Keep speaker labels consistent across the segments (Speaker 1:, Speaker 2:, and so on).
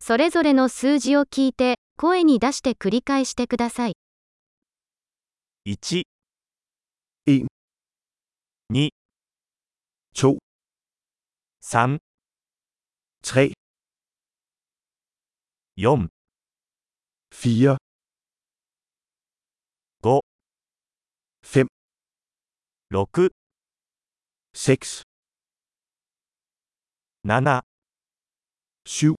Speaker 1: それぞれの数字を聞いて、声に出して繰り返してください。
Speaker 2: 1、
Speaker 3: En.
Speaker 2: 2、
Speaker 3: 2,
Speaker 2: 3、
Speaker 3: 3,
Speaker 2: 4、
Speaker 3: 4,
Speaker 2: 5、6、
Speaker 3: 5, 6,
Speaker 2: 7、
Speaker 3: 7,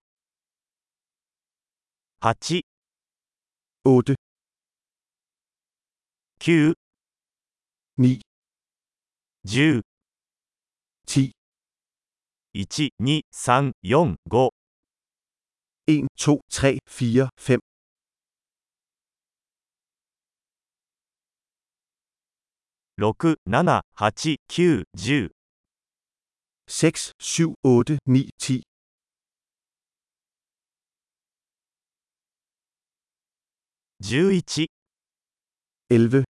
Speaker 2: 8、
Speaker 3: 8,
Speaker 2: 9、
Speaker 3: 9,
Speaker 2: 10、
Speaker 3: 10,
Speaker 2: 1、2、3、4、5、
Speaker 3: 1, 2, 3, 4, 5,
Speaker 2: 6、7、8、9、10、
Speaker 3: 6, 7, 8, 9, 10,
Speaker 2: 11、
Speaker 3: 11,
Speaker 2: 12、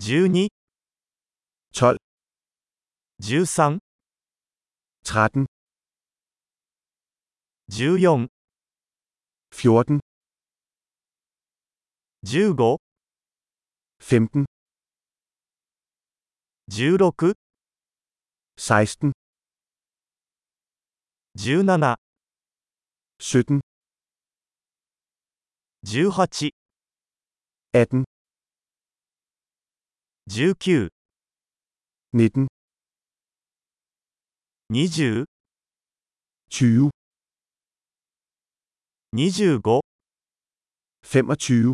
Speaker 3: 12,
Speaker 2: 13、
Speaker 3: 13,
Speaker 2: 14、
Speaker 3: 14,
Speaker 2: 15、
Speaker 3: 15,
Speaker 2: 16、
Speaker 3: 16,
Speaker 2: 17、
Speaker 3: 17,
Speaker 2: 18、
Speaker 3: 18,
Speaker 2: 19、
Speaker 3: 19,
Speaker 2: 20、
Speaker 3: 20,
Speaker 2: 25、
Speaker 3: 25,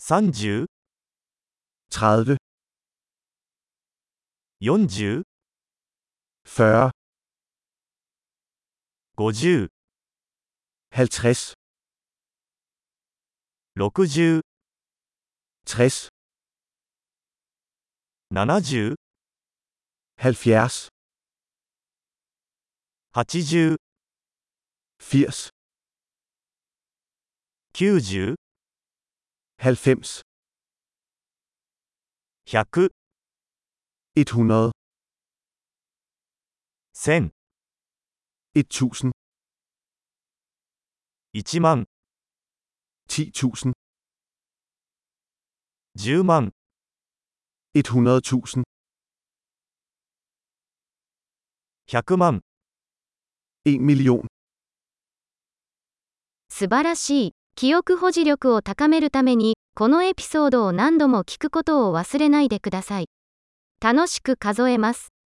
Speaker 2: 30、
Speaker 3: 30,
Speaker 2: 40、
Speaker 3: 40,
Speaker 2: 50、
Speaker 3: 50,
Speaker 2: 60、
Speaker 3: 60,
Speaker 2: 70、
Speaker 3: 70,
Speaker 2: 80、
Speaker 3: 80,
Speaker 2: 90、
Speaker 3: 90,
Speaker 2: 100、
Speaker 3: 100,
Speaker 2: 1000、
Speaker 3: 1000,
Speaker 2: 1万、
Speaker 3: 10000,
Speaker 2: 10万、
Speaker 3: 100.000,
Speaker 2: 100万、
Speaker 3: 1 million.
Speaker 1: 素晴らしい。記憶保持力を高めるために、このエピソードを何度も聞くことを忘れないでください。楽しく数えます。